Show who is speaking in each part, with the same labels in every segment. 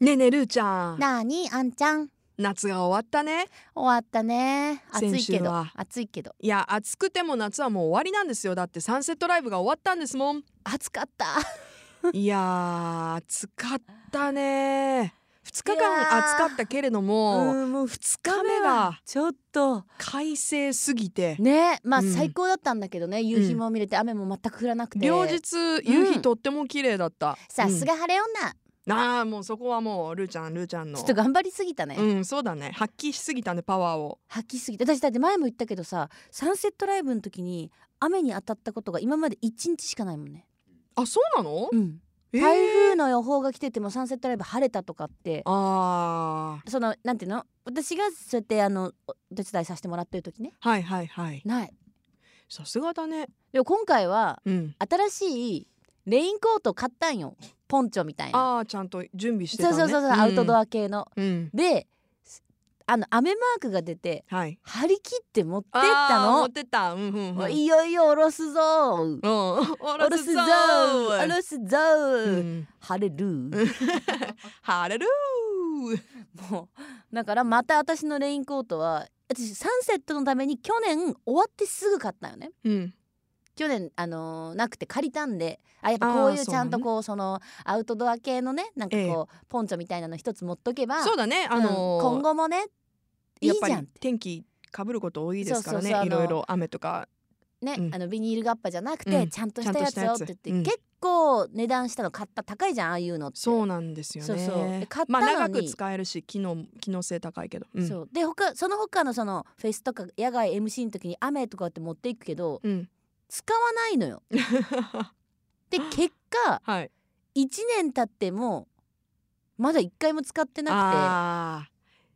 Speaker 1: ねえねえルーちゃん
Speaker 2: なあにあんちゃん
Speaker 1: 夏が終わったね
Speaker 2: 終わったね暑いけ
Speaker 1: 先週
Speaker 2: ど
Speaker 1: は
Speaker 2: 暑いけど
Speaker 1: いや暑くても夏はもう終わりなんですよだってサンセットライブが終わったんですもん
Speaker 2: 暑かった
Speaker 1: いやー暑かったね2日
Speaker 2: いや
Speaker 1: 間
Speaker 2: ー
Speaker 1: 暑かったけれども
Speaker 2: んもう
Speaker 1: 2
Speaker 2: 2
Speaker 1: 日目は
Speaker 2: ちょっと
Speaker 1: 快晴すぎて
Speaker 2: ねまあ
Speaker 1: うん
Speaker 2: 最高だったんだけどね、夕日も見れて雨も全く降らなくて
Speaker 1: 両日夕日とっても綺麗だった
Speaker 2: さす、が晴れ
Speaker 1: う
Speaker 2: 女、
Speaker 1: んあーもうそこはもうルーちゃんルーちゃんの
Speaker 2: ちょっと頑張りすぎたね、
Speaker 1: うんそうだね発揮しすぎたねパワーを
Speaker 2: 吐きすぎて私だって前も言ったけどさサンセットライブの時に雨に当たったことが今まで1日しかないもんね、
Speaker 1: あそうなの、
Speaker 2: うん、
Speaker 1: えー
Speaker 2: 台風の予報が来ててもサンセットライブ晴れたとかって
Speaker 1: あ
Speaker 2: そのなんていうの私がそうやってあのおお手伝いさせてもらってる時ね
Speaker 1: ーはいはいはい
Speaker 2: ない
Speaker 1: さすがだね
Speaker 2: でも今回は
Speaker 1: うん
Speaker 2: 新しいレインコート買ったんよポンチョみたいな、
Speaker 1: ああちゃんと準備してた
Speaker 2: そう
Speaker 1: ね
Speaker 2: そうそうそう、アウトドア系の
Speaker 1: うん、うん
Speaker 2: ですあの雨マークが出て
Speaker 1: はい
Speaker 2: 張り切って持ってっ
Speaker 1: あ
Speaker 2: た
Speaker 1: ー持
Speaker 2: の
Speaker 1: っ、てったうんうんうん
Speaker 2: いよいよ下ろすぞー
Speaker 1: うんお
Speaker 2: 下ろすぞー下ろすぞ
Speaker 1: う
Speaker 2: ー、
Speaker 1: ん
Speaker 2: 晴れる
Speaker 1: ハレルー
Speaker 2: もうだからまた私のレインコートは私サンセットのために去年終わってすぐ買ったよね
Speaker 1: うん
Speaker 2: 去年あのーなくて借りたんであやっぱこ
Speaker 1: あ
Speaker 2: うい
Speaker 1: ー
Speaker 2: う
Speaker 1: そ
Speaker 2: ち
Speaker 1: うなの
Speaker 2: ゃ
Speaker 1: ね
Speaker 2: んとこうそのアウトドア系のねなんかこう、
Speaker 1: え
Speaker 2: ポンチョみたいなの一つ持っとけば
Speaker 1: そうだねあのー
Speaker 2: うん今後もねいい
Speaker 1: やっぱ
Speaker 2: じゃんっ
Speaker 1: り
Speaker 2: て
Speaker 1: 天気被ること多いですからね
Speaker 2: そうそうそう
Speaker 1: いろいろ雨とか
Speaker 2: ね、
Speaker 1: うん
Speaker 2: あのビニールガッパじゃなくて、
Speaker 1: うん
Speaker 2: ちゃんとしたやつよって言っ
Speaker 1: ち
Speaker 2: て、
Speaker 1: ゃんとしたやつうん
Speaker 2: 結構値段したの買った高いじゃんああいうのって
Speaker 1: そうなんですよね
Speaker 2: そうそうで買った
Speaker 1: ま
Speaker 2: のに
Speaker 1: あ長く使えるし機能機能性高いけどうん
Speaker 2: そうで他その他のそのフェスとか野外 MC の時に雨とかって持っていくけど
Speaker 1: うん
Speaker 2: 使わないのよ。で結果
Speaker 1: はい
Speaker 2: 1年経ってもまだ1回も使ってなくて
Speaker 1: あ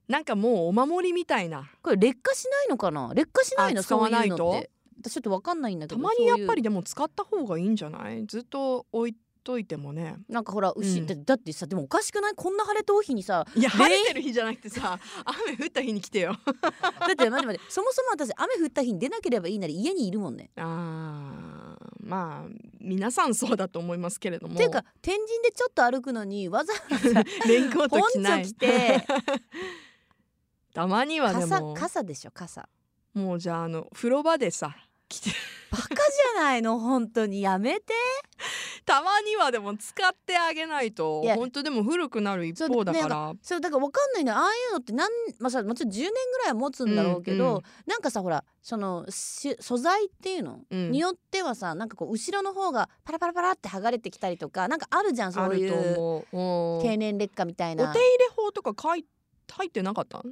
Speaker 1: ーなんかもうお守りみたいな
Speaker 2: これ劣化しないのかな劣化しない
Speaker 1: あ
Speaker 2: の
Speaker 1: 使
Speaker 2: そう
Speaker 1: わ
Speaker 2: い
Speaker 1: ないうと
Speaker 2: のって私ちょっとわかんないんだけ
Speaker 1: た
Speaker 2: ど
Speaker 1: まにやっぱ
Speaker 2: そうい
Speaker 1: りでも使った方がいいんじゃないずっと置いといてもね
Speaker 2: うなんかほら牛、
Speaker 1: うん
Speaker 2: だだってさでもおかしくないこんな晴れた日にさ
Speaker 1: いや 晴れてる日じゃなくてさ雨降った日に来てよ
Speaker 2: だって待って待って そもそも私雨降った日に出なければいいなら家にいるもんね。
Speaker 1: あーまあ皆さんそうだと思いますけれども
Speaker 2: っていうか天神でちょっと歩くのにわざわざ
Speaker 1: レインコート
Speaker 2: ポン
Speaker 1: 着
Speaker 2: チ
Speaker 1: な
Speaker 2: ョ
Speaker 1: い
Speaker 2: 着て
Speaker 1: た まにはで
Speaker 2: 傘
Speaker 1: も
Speaker 2: 傘でしょ傘。
Speaker 1: もうじゃああの風呂場で さ着て
Speaker 2: バカじゃないの本当にやめて
Speaker 1: たまにはでも使ってあげないと
Speaker 2: いや
Speaker 1: 本当でも古くなる一方だから
Speaker 2: そうだからわかんないのよああいうのってなん、まあ、さもちろん10年ぐらいは持つんだろうけど、
Speaker 1: うんうん
Speaker 2: なんかさほらそのし素材っていうの、
Speaker 1: うん
Speaker 2: によってはさなんかこう後ろの方がパラパラパラって剥がれてきたりとかなんかあるじゃん
Speaker 1: あ
Speaker 2: そうい
Speaker 1: ると
Speaker 2: う
Speaker 1: 思ううん
Speaker 2: 経年劣化みたい
Speaker 1: お
Speaker 2: な。
Speaker 1: 手入れ法とか書い入ってなかった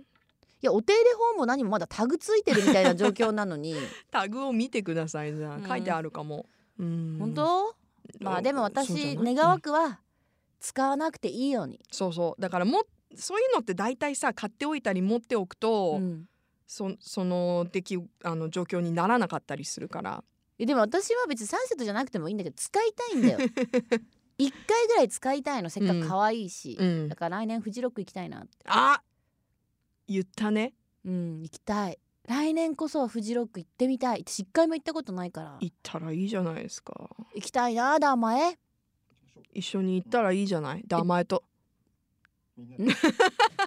Speaker 2: いやお手入れ法も何もまだタグついてるみたいな状況なのに
Speaker 1: タグを見てくださいじゃ
Speaker 2: う
Speaker 1: あ
Speaker 2: ん
Speaker 1: 書いてあるかも、うん
Speaker 2: 本当まあでも
Speaker 1: そうじ
Speaker 2: 私
Speaker 1: ゃない
Speaker 2: 願わくは使わなくていいように。
Speaker 1: そうそうだからもそういうのって大体さ買っておいたり持っておくと、
Speaker 2: うん
Speaker 1: そその出来あの状況にならなかったりするから
Speaker 2: いやでも私は別にサンセットじゃなくてもいいんだけど使いたい んだよ一回ぐらい使いたいのせっかく可愛いし、
Speaker 1: うん
Speaker 2: だから来年フジロック行きたいな
Speaker 1: あ言ったね
Speaker 2: うん行きたい来年こそはフジロック行ってみたい私一回も行ったことないから
Speaker 1: 行ったらいいじゃないですか
Speaker 2: 行きたいなだまえ
Speaker 1: 一緒に行ったらいいじゃない名前と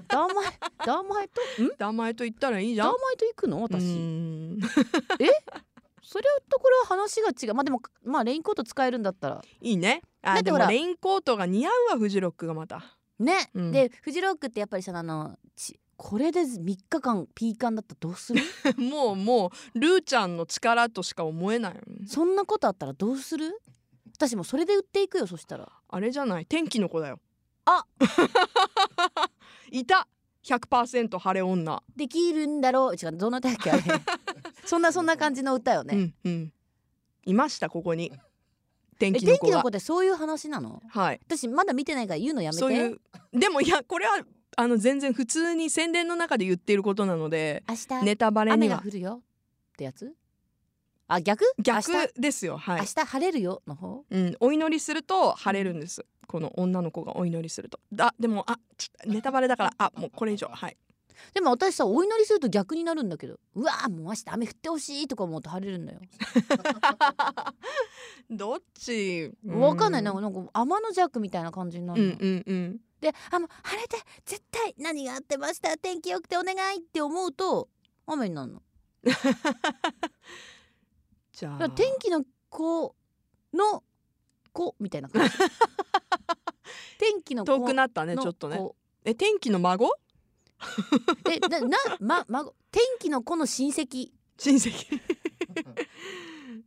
Speaker 2: だまえだまえ とん
Speaker 1: 名前と行ったらいいじ
Speaker 2: だ
Speaker 1: ゃん
Speaker 2: まえと行くの私、
Speaker 1: うん
Speaker 2: それとこれは話が違うまあでもまあレインコート使えるんだったら
Speaker 1: いいね
Speaker 2: だ
Speaker 1: あ
Speaker 2: って
Speaker 1: で
Speaker 2: ほ
Speaker 1: も
Speaker 2: ら
Speaker 1: レインコートが似合うわフジロックがまた
Speaker 2: ね、
Speaker 1: うん
Speaker 2: でフジロックってやっぱりさあのちこれで3日間ピーカンだったらど うする
Speaker 1: もうもうルーちゃんの力としか思えないよね
Speaker 2: そんなことあったらどうする私もうそれで売っていくよそしたら
Speaker 1: あれじゃない天気の子だよ
Speaker 2: あ
Speaker 1: いた100%晴れ女、
Speaker 2: できるんだろう違うどの歌だっ けあれそんなそんな感じの歌よね、
Speaker 1: うんうんいましたここ に天
Speaker 2: え
Speaker 1: 気の
Speaker 2: 天
Speaker 1: 子
Speaker 2: 気の
Speaker 1: が
Speaker 2: 子ってそういう話なの
Speaker 1: はい
Speaker 2: 私まだ見てないから言うのやめて
Speaker 1: そういうでもいやこれはあの全然普通に宣伝の中で言っていることなので
Speaker 2: 明日、
Speaker 1: ネタバレ
Speaker 2: 雨
Speaker 1: に
Speaker 2: が
Speaker 1: は
Speaker 2: 降るよってやつあ逆
Speaker 1: 逆
Speaker 2: 明日,、
Speaker 1: ですよはい
Speaker 2: 明、日晴れるよの方
Speaker 1: うん、お祈りすると晴れるんですこの女の子がお祈りするとあでもあちょっとネタバレだからあもうこれ以上 はい
Speaker 2: でも私さお祈りすると逆になるんだけどうわーもう明日雨降ってほしいとか思うと晴れるんだよ
Speaker 1: どっち
Speaker 2: わかんないな
Speaker 1: うん
Speaker 2: かなんか天の弱みたいな感じにな
Speaker 1: う
Speaker 2: るの、
Speaker 1: んうんうん
Speaker 2: であもう晴れて絶対何があってました天気良くてお願いって思うと雨になるの
Speaker 1: じゃ
Speaker 2: だか
Speaker 1: あ
Speaker 2: ら天気の子の子みたい な感じ天気の子
Speaker 1: 遠くなったね
Speaker 2: の
Speaker 1: ちょっとね
Speaker 2: 子
Speaker 1: え天気の孫
Speaker 2: えななま孫天気の子の親戚
Speaker 1: 親戚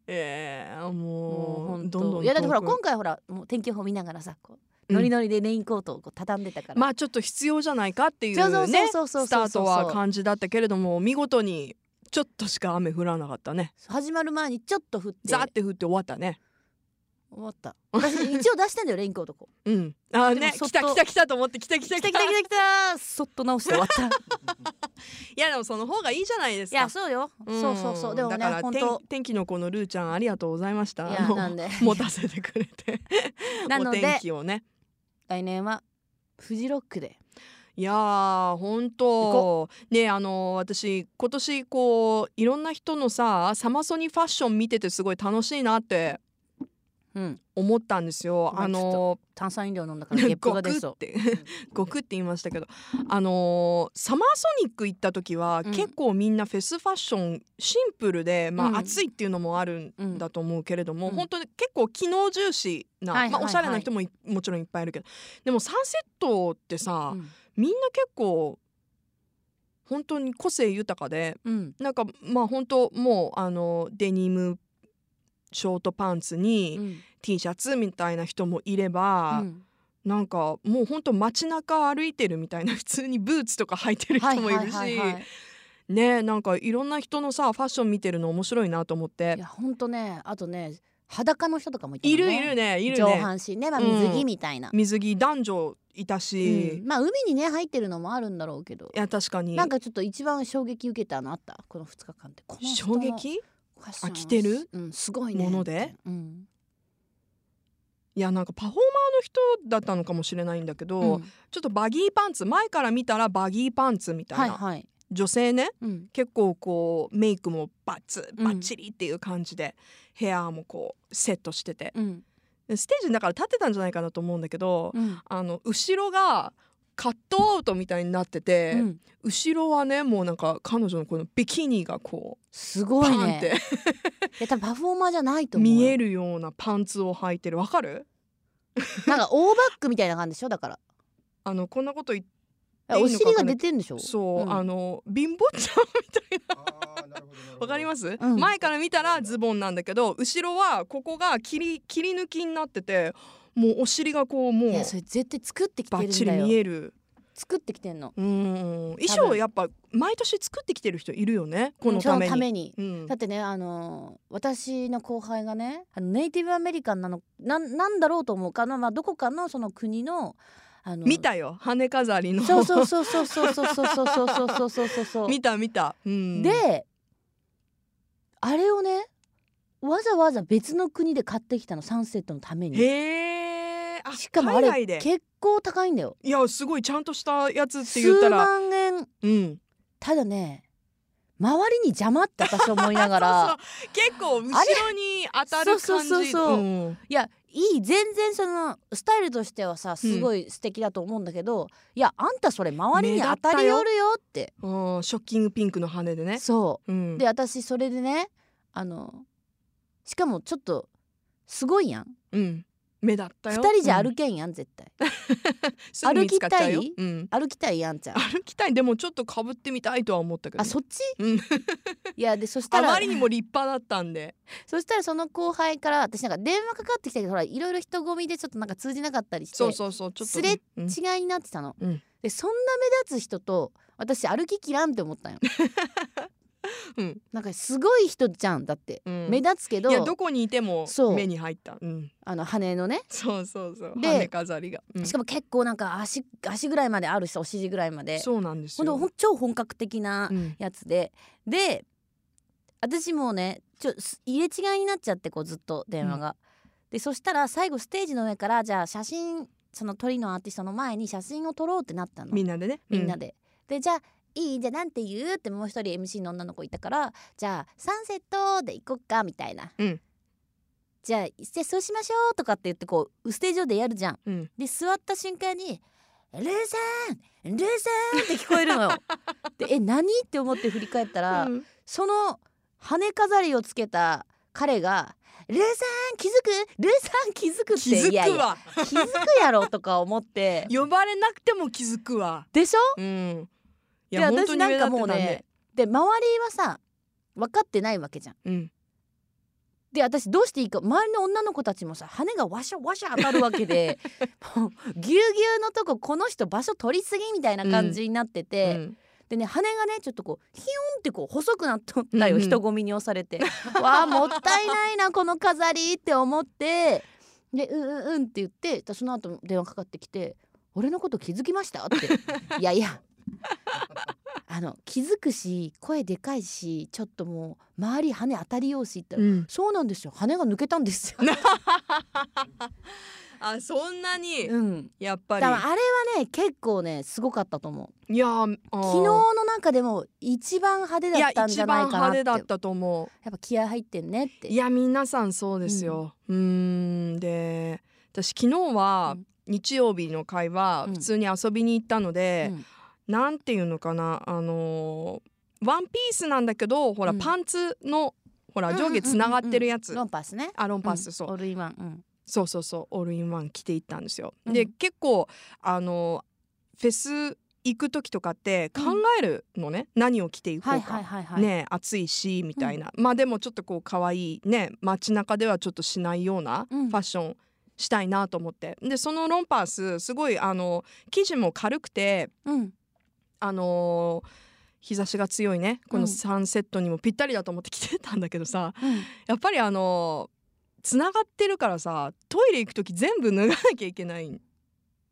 Speaker 1: えー、もう
Speaker 2: ほんと
Speaker 1: どんどん
Speaker 2: いやだってほら
Speaker 1: 遠く
Speaker 2: 今回ほらもう天気予報見ながらさこう
Speaker 1: うん
Speaker 2: ノリノリでレインコートをこう畳んでたから、
Speaker 1: まあちょっと必要じゃないかっていう
Speaker 2: そうそう
Speaker 1: ね
Speaker 2: そうそうそうそう
Speaker 1: スタートは感じだったけれども見事にちょっとしか雨降らなかったね
Speaker 2: 始まる前にちょっと降って
Speaker 1: ザーって降って終わったね
Speaker 2: 終わった私一応出したんだよレインコートこう
Speaker 1: うんあー
Speaker 2: でも
Speaker 1: ね
Speaker 2: そっ
Speaker 1: 来
Speaker 2: と
Speaker 1: た来た来たと思って来 た来た
Speaker 2: 来
Speaker 1: 来た
Speaker 2: た来た来た来たそっと直して終わった い
Speaker 1: いやでもその方がいいじゃないですか
Speaker 2: やそうよ、
Speaker 1: ん
Speaker 2: そうそうそうでもね
Speaker 1: だから
Speaker 2: 本
Speaker 1: 天
Speaker 2: 当
Speaker 1: 天気の子のルーちゃんありがとうございました
Speaker 2: いや
Speaker 1: もう
Speaker 2: なんで
Speaker 1: 持たせてくれて
Speaker 2: なの
Speaker 1: お
Speaker 2: で
Speaker 1: 天気をね
Speaker 2: 来年はフジロックで
Speaker 1: いやー本当ねあの私今年こういろんな人のさサマソニファッション見ててすごい楽しいなって
Speaker 2: うん
Speaker 1: 思ったんですよ。
Speaker 2: ごめん
Speaker 1: あの
Speaker 2: 炭酸飲料飲んだからゲップ
Speaker 1: ゴ
Speaker 2: が
Speaker 1: ク
Speaker 2: 出
Speaker 1: っ
Speaker 2: そう
Speaker 1: てゴクって言いましたけどあのサマーソニック行った時は、
Speaker 2: うん
Speaker 1: 結構みんなフェスファッションシンプルで、まあ
Speaker 2: うん
Speaker 1: 暑いっていうのもあるんだと思うけれども、
Speaker 2: うん
Speaker 1: 本当に結構機能重視な、
Speaker 2: はいはいはい
Speaker 1: まあ、おしゃれな人もいもちろんいっぱいいるけどでもサンセットってさ、
Speaker 2: うん
Speaker 1: みんな結構本当に個性豊かで
Speaker 2: うん
Speaker 1: なんかまあ本当もうあのデニムショートパンツ
Speaker 2: う
Speaker 1: に
Speaker 2: ん
Speaker 1: T シャツみたいな人もいれば、
Speaker 2: うん
Speaker 1: なんかもう本当街中歩いてるみたいな 普通にブーツとか履いてる人もいるし、
Speaker 2: はいはいはいはい
Speaker 1: ねなんかいろんな人のさファッション見てるの面白いなと思っ
Speaker 2: い
Speaker 1: て
Speaker 2: や本当ねあとね裸の人とかもいた
Speaker 1: い
Speaker 2: もんね
Speaker 1: るいるねいる
Speaker 2: 上
Speaker 1: ね
Speaker 2: 半身ね、まあ、
Speaker 1: うん
Speaker 2: 水着みたいな、
Speaker 1: 水着男女いたし、
Speaker 2: う
Speaker 1: い
Speaker 2: んまあ海にね入ってるのもあるんだろうけど
Speaker 1: や確かに
Speaker 2: なんかちょっと一番衝撃受けたのあったこの2日間ってこの人
Speaker 1: 衝
Speaker 2: の
Speaker 1: 撃
Speaker 2: ファッションは
Speaker 1: あ着てる
Speaker 2: うんすごいね
Speaker 1: もので
Speaker 2: みたいなうん
Speaker 1: いやなんかパフォーマーの人だったのかもしれないんだけど、
Speaker 2: うん
Speaker 1: ちょっとバギーパンツ前から見たらバギーパンツみたいな、
Speaker 2: はいはい、
Speaker 1: 女性ね
Speaker 2: うん、
Speaker 1: 結構こうメイクもバツ
Speaker 2: うん
Speaker 1: バッチリっていう感じで、ヘアもこうセットしてて
Speaker 2: うん
Speaker 1: でステージだから立ってたんじゃないかなと思うんだけど、
Speaker 2: うん
Speaker 1: あの後ろがカットアウトみたいになってて、
Speaker 2: うん
Speaker 1: 後ろはねもうなんか彼女のこのビキニがこ
Speaker 2: す
Speaker 1: う
Speaker 2: ご
Speaker 1: パ
Speaker 2: い
Speaker 1: ンっ
Speaker 2: ね
Speaker 1: て
Speaker 2: いや多分パフォーマーじゃないと思う
Speaker 1: 見え
Speaker 2: る
Speaker 1: るようなパンツを履いてるわかる
Speaker 2: なんかオーバックみたいな感じでしょだから
Speaker 1: あのこんなこと言っ
Speaker 2: あ
Speaker 1: いい
Speaker 2: お
Speaker 1: のか
Speaker 2: 尻が出てるんでしょ
Speaker 1: そう、
Speaker 2: ん
Speaker 1: あの貧乏ちゃんみたいなわかりますす、
Speaker 2: うん
Speaker 1: 前から見たらズボンなんだけど後ろはここが切り切り抜きになっててもうお尻がこうもう
Speaker 2: いやそれ絶対作ってきて
Speaker 1: バ
Speaker 2: る
Speaker 1: ッチ
Speaker 2: ん
Speaker 1: リ
Speaker 2: だ
Speaker 1: 見
Speaker 2: よ
Speaker 1: える
Speaker 2: 作ってきてんの
Speaker 1: うん衣装やっぱ毎年作ってきてる人いるよねこの
Speaker 2: そ
Speaker 1: ため
Speaker 2: た
Speaker 1: に。
Speaker 2: めに
Speaker 1: うん
Speaker 2: だってねあのー私の後輩がねあのネイティブアメリカンなのなんなんだろうと思うかな、まあ、どこかのその国のあの
Speaker 1: 見たよ羽飾りの
Speaker 2: そうそうそうそうそうそうそうそうそうそうそうそうそ う
Speaker 1: 見た見た、うん、
Speaker 2: であれをねわざわざ別の国で買ってきたのサンセットのために
Speaker 1: へえあ
Speaker 2: しかもあれ
Speaker 1: 海外で
Speaker 2: 結構高いんだよ
Speaker 1: いやすごいちゃんとしたやつって言っ
Speaker 2: 数
Speaker 1: たら、
Speaker 2: 万円
Speaker 1: うん、
Speaker 2: ただね周りに邪魔って私思いな がら
Speaker 1: そうそう結構後ろに当たる感じ
Speaker 2: そうそうそうそう
Speaker 1: うん
Speaker 2: いやいい全然そのスタイルとしてはさすごい素敵だと思うんだけど、いやあんたそれ周りに当たり寄るよって
Speaker 1: うんショッキングピンクの羽でね。
Speaker 2: そ
Speaker 1: うん
Speaker 2: うで私それでねあのしかもちょっとすごいやん
Speaker 1: うん、目立った
Speaker 2: 二
Speaker 1: よ。
Speaker 2: 人じゃ
Speaker 1: うん
Speaker 2: 歩けんやん絶対、
Speaker 1: すぐ見つかっちゃうよ
Speaker 2: 歩きた
Speaker 1: うん、
Speaker 2: 歩きたいやんちゃん
Speaker 1: 歩きたいでもちょっとかぶってみたいとは思ったけど
Speaker 2: あ
Speaker 1: ね、
Speaker 2: そっち
Speaker 1: うん
Speaker 2: いやでそした
Speaker 1: あ
Speaker 2: ら
Speaker 1: まりにも立派だったんで
Speaker 2: そしたらその後輩から私なんか電話かかってきたけどほらいろいろ人混みでちょっとなんか通じなかったりして
Speaker 1: そうそうそうちょっと
Speaker 2: すれ
Speaker 1: うん
Speaker 2: 違いになってたの、
Speaker 1: うん
Speaker 2: でそんな目立つ人と私歩ききらんって思ったんよ、
Speaker 1: うん
Speaker 2: なんかすごい人じゃんだって、
Speaker 1: うん
Speaker 2: 目立つけど
Speaker 1: いやどこにいても
Speaker 2: そう
Speaker 1: 目に入った、うん、
Speaker 2: あの羽のね
Speaker 1: そうそうそう
Speaker 2: で
Speaker 1: 羽飾りが、うん
Speaker 2: しかも結構なんか足足ぐらいまであるしお尻ぐらいまで
Speaker 1: そうなんです
Speaker 2: ほんとほ
Speaker 1: よ
Speaker 2: ん、超本格的な
Speaker 1: うん
Speaker 2: やつで、で私もうねちょす入れ違いになっちゃってこうずっと電話が、でそしたら最後ステージの上からじゃあ写真その鳥のアーティストの前に写真を撮ろうってなったの
Speaker 1: みんなでね
Speaker 2: みんな、で。でじゃあいいじゃあなんて言うってもう一人 MC の女の子いたからじゃあサンセットで行こっかみたいな、
Speaker 1: うん
Speaker 2: じゃあじゃあそうしましょうとかって言ってこうステージ上でやるじゃん。
Speaker 1: うん
Speaker 2: で座った瞬間に「ルーさんルーさん!」って聞こえるの よ。でえ何って思って振り返ったら、
Speaker 1: うん
Speaker 2: その羽飾りをつけた彼が「ルーさん気づくルーさん気づく」って
Speaker 1: 気づくわ
Speaker 2: いやいや気づくやろとか 思って
Speaker 1: 呼ばれなくても気づくわ
Speaker 2: でしょ
Speaker 1: うんい
Speaker 2: で
Speaker 1: や本当
Speaker 2: 私
Speaker 1: に
Speaker 2: なん
Speaker 1: 上だ
Speaker 2: か
Speaker 1: って
Speaker 2: も
Speaker 1: た
Speaker 2: うん
Speaker 1: で
Speaker 2: ねで周りはさ分かってないわけじゃん。
Speaker 1: うん
Speaker 2: で私どうしていいか周りの女の子たちもさ羽がワシャワシャ当たるわ けでもうぎゅうぎゅうのとここの人場所取りすぎみたいな感じになってて、
Speaker 1: うん
Speaker 2: でね羽がねちょっとこうヒヨンってこう細くなっとったよ、
Speaker 1: うんうん
Speaker 2: 人混みに押されて わあもったいないなこの飾りって思ってでうんうんうんって言ってその後電話かかってきて「俺のこと気づきました?」って 「いやいやあの気づくし声でかいしちょっともう周り羽当たりようし」って言ったら
Speaker 1: うん
Speaker 2: そうなんですよ羽が抜けたんですよ。
Speaker 1: あそんなに
Speaker 2: うん、
Speaker 1: やっ
Speaker 2: だか
Speaker 1: ぱ
Speaker 2: らあれはね結構ねすごかったと思う
Speaker 1: りいや昨
Speaker 2: 昨日の中でも一番派手
Speaker 1: い
Speaker 2: だ
Speaker 1: や
Speaker 2: ったんじ
Speaker 1: 一
Speaker 2: ゃない
Speaker 1: 番
Speaker 2: かな
Speaker 1: 派
Speaker 2: って
Speaker 1: 手だ
Speaker 2: や
Speaker 1: っ
Speaker 2: った
Speaker 1: と思う
Speaker 2: ぱ気合入ってんねって
Speaker 1: いや皆さんそうですよ。うーんで私昨日は
Speaker 2: うん
Speaker 1: 日曜日の会は
Speaker 2: うん
Speaker 1: 普通に遊びに行ったので
Speaker 2: う、ん
Speaker 1: なんていうのかなあのーワンピースなんだけどほら、
Speaker 2: うん
Speaker 1: パンツのほら上下つながってるやつ、
Speaker 2: ロンパスね
Speaker 1: アロンパス、そう
Speaker 2: オールインワン、うん
Speaker 1: そうそうそうオールインワン着て行ったんですよ。
Speaker 2: うん
Speaker 1: で結構あのフェス行く時とかって考えるのね、何を着ていこうか。
Speaker 2: はいはいはいはい、
Speaker 1: ねえ暑いしみたいな、まあでもちょっとこう可愛いね街中ではちょっとしないような
Speaker 2: う
Speaker 1: フ
Speaker 2: ん
Speaker 1: ァッションしたいなと思って、でそのロンパースすごいあの生地も軽くて
Speaker 2: うん
Speaker 1: あのー日差しが強いねこ
Speaker 2: う
Speaker 1: の
Speaker 2: ん
Speaker 1: サンセットにもぴったりだと思って着てたんだけどさ
Speaker 2: うん
Speaker 1: やっぱりあのつながってるからさトイレ行く時全部脱がなきゃいけない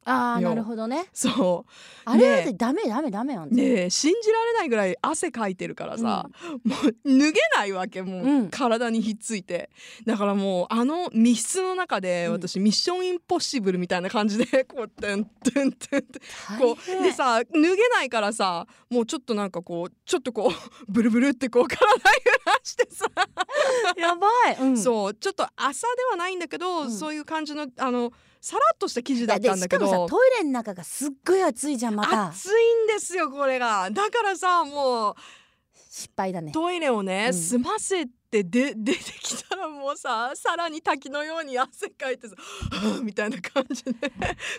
Speaker 2: ああ
Speaker 1: よ
Speaker 2: なるほどね
Speaker 1: そ
Speaker 2: あれはダメダメダメなん
Speaker 1: う
Speaker 2: だよ、
Speaker 1: ねえ信じられないぐらい汗かいてるからさ、もう脱げないわけもう、
Speaker 2: うん
Speaker 1: 体にひっついてだからもうあの密室の中で
Speaker 2: うん
Speaker 1: 私、ミッションインポッシブルみたいな感じで こうてんてんてんて
Speaker 2: うんん、
Speaker 1: こ
Speaker 2: 大
Speaker 1: う
Speaker 2: 変
Speaker 1: でさ脱げないからさもうちょっとなんかこうちょっとこう ブルブルってこう体揺らしてさ、
Speaker 2: やばい、うん、う
Speaker 1: そうちょっと朝ではないんだけど、
Speaker 2: うん
Speaker 1: そういう感じのあのさらっとした生地だ
Speaker 2: だ
Speaker 1: っ
Speaker 2: で
Speaker 1: たんだ
Speaker 2: し
Speaker 1: け
Speaker 2: か
Speaker 1: ど
Speaker 2: もさトイレの中がすっごい暑いじゃんまた
Speaker 1: 暑いんですよこれがだからさもう
Speaker 2: 失敗だね
Speaker 1: トイレをね、
Speaker 2: うん
Speaker 1: 済ませてで 出てきたらもうささらに滝のように汗かいてさはぁみたいな感 じで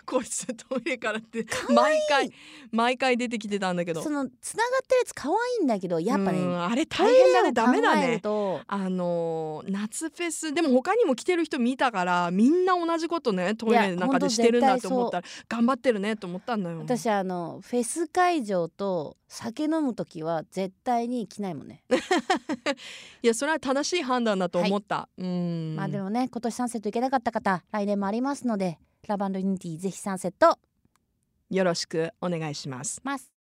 Speaker 1: こいつトイレからって毎回毎回出てきてたんだけど
Speaker 2: そのつながってるやつ可愛いんだけどやっぱね、
Speaker 1: うんあれ大
Speaker 2: 大
Speaker 1: 変だ
Speaker 2: 変だ
Speaker 1: ね
Speaker 2: ね
Speaker 1: ダメだ
Speaker 2: 考え
Speaker 1: ね
Speaker 2: る。と
Speaker 1: あのー夏フェスでも他にも来てる人見たからみんな同じことねトイレの中でしてるんだと思ったら頑張ってるねと思ったんだよ。
Speaker 2: 私あのフェス会場と酒飲む時は絶対に着ないもんね、
Speaker 1: いやそれは正しい判断だと思った。うん
Speaker 2: まあでもね今年サンセット行けなかった方来年もありますのでラバンドユニティぜひサンセット
Speaker 1: よろしくお願いします。
Speaker 2: ます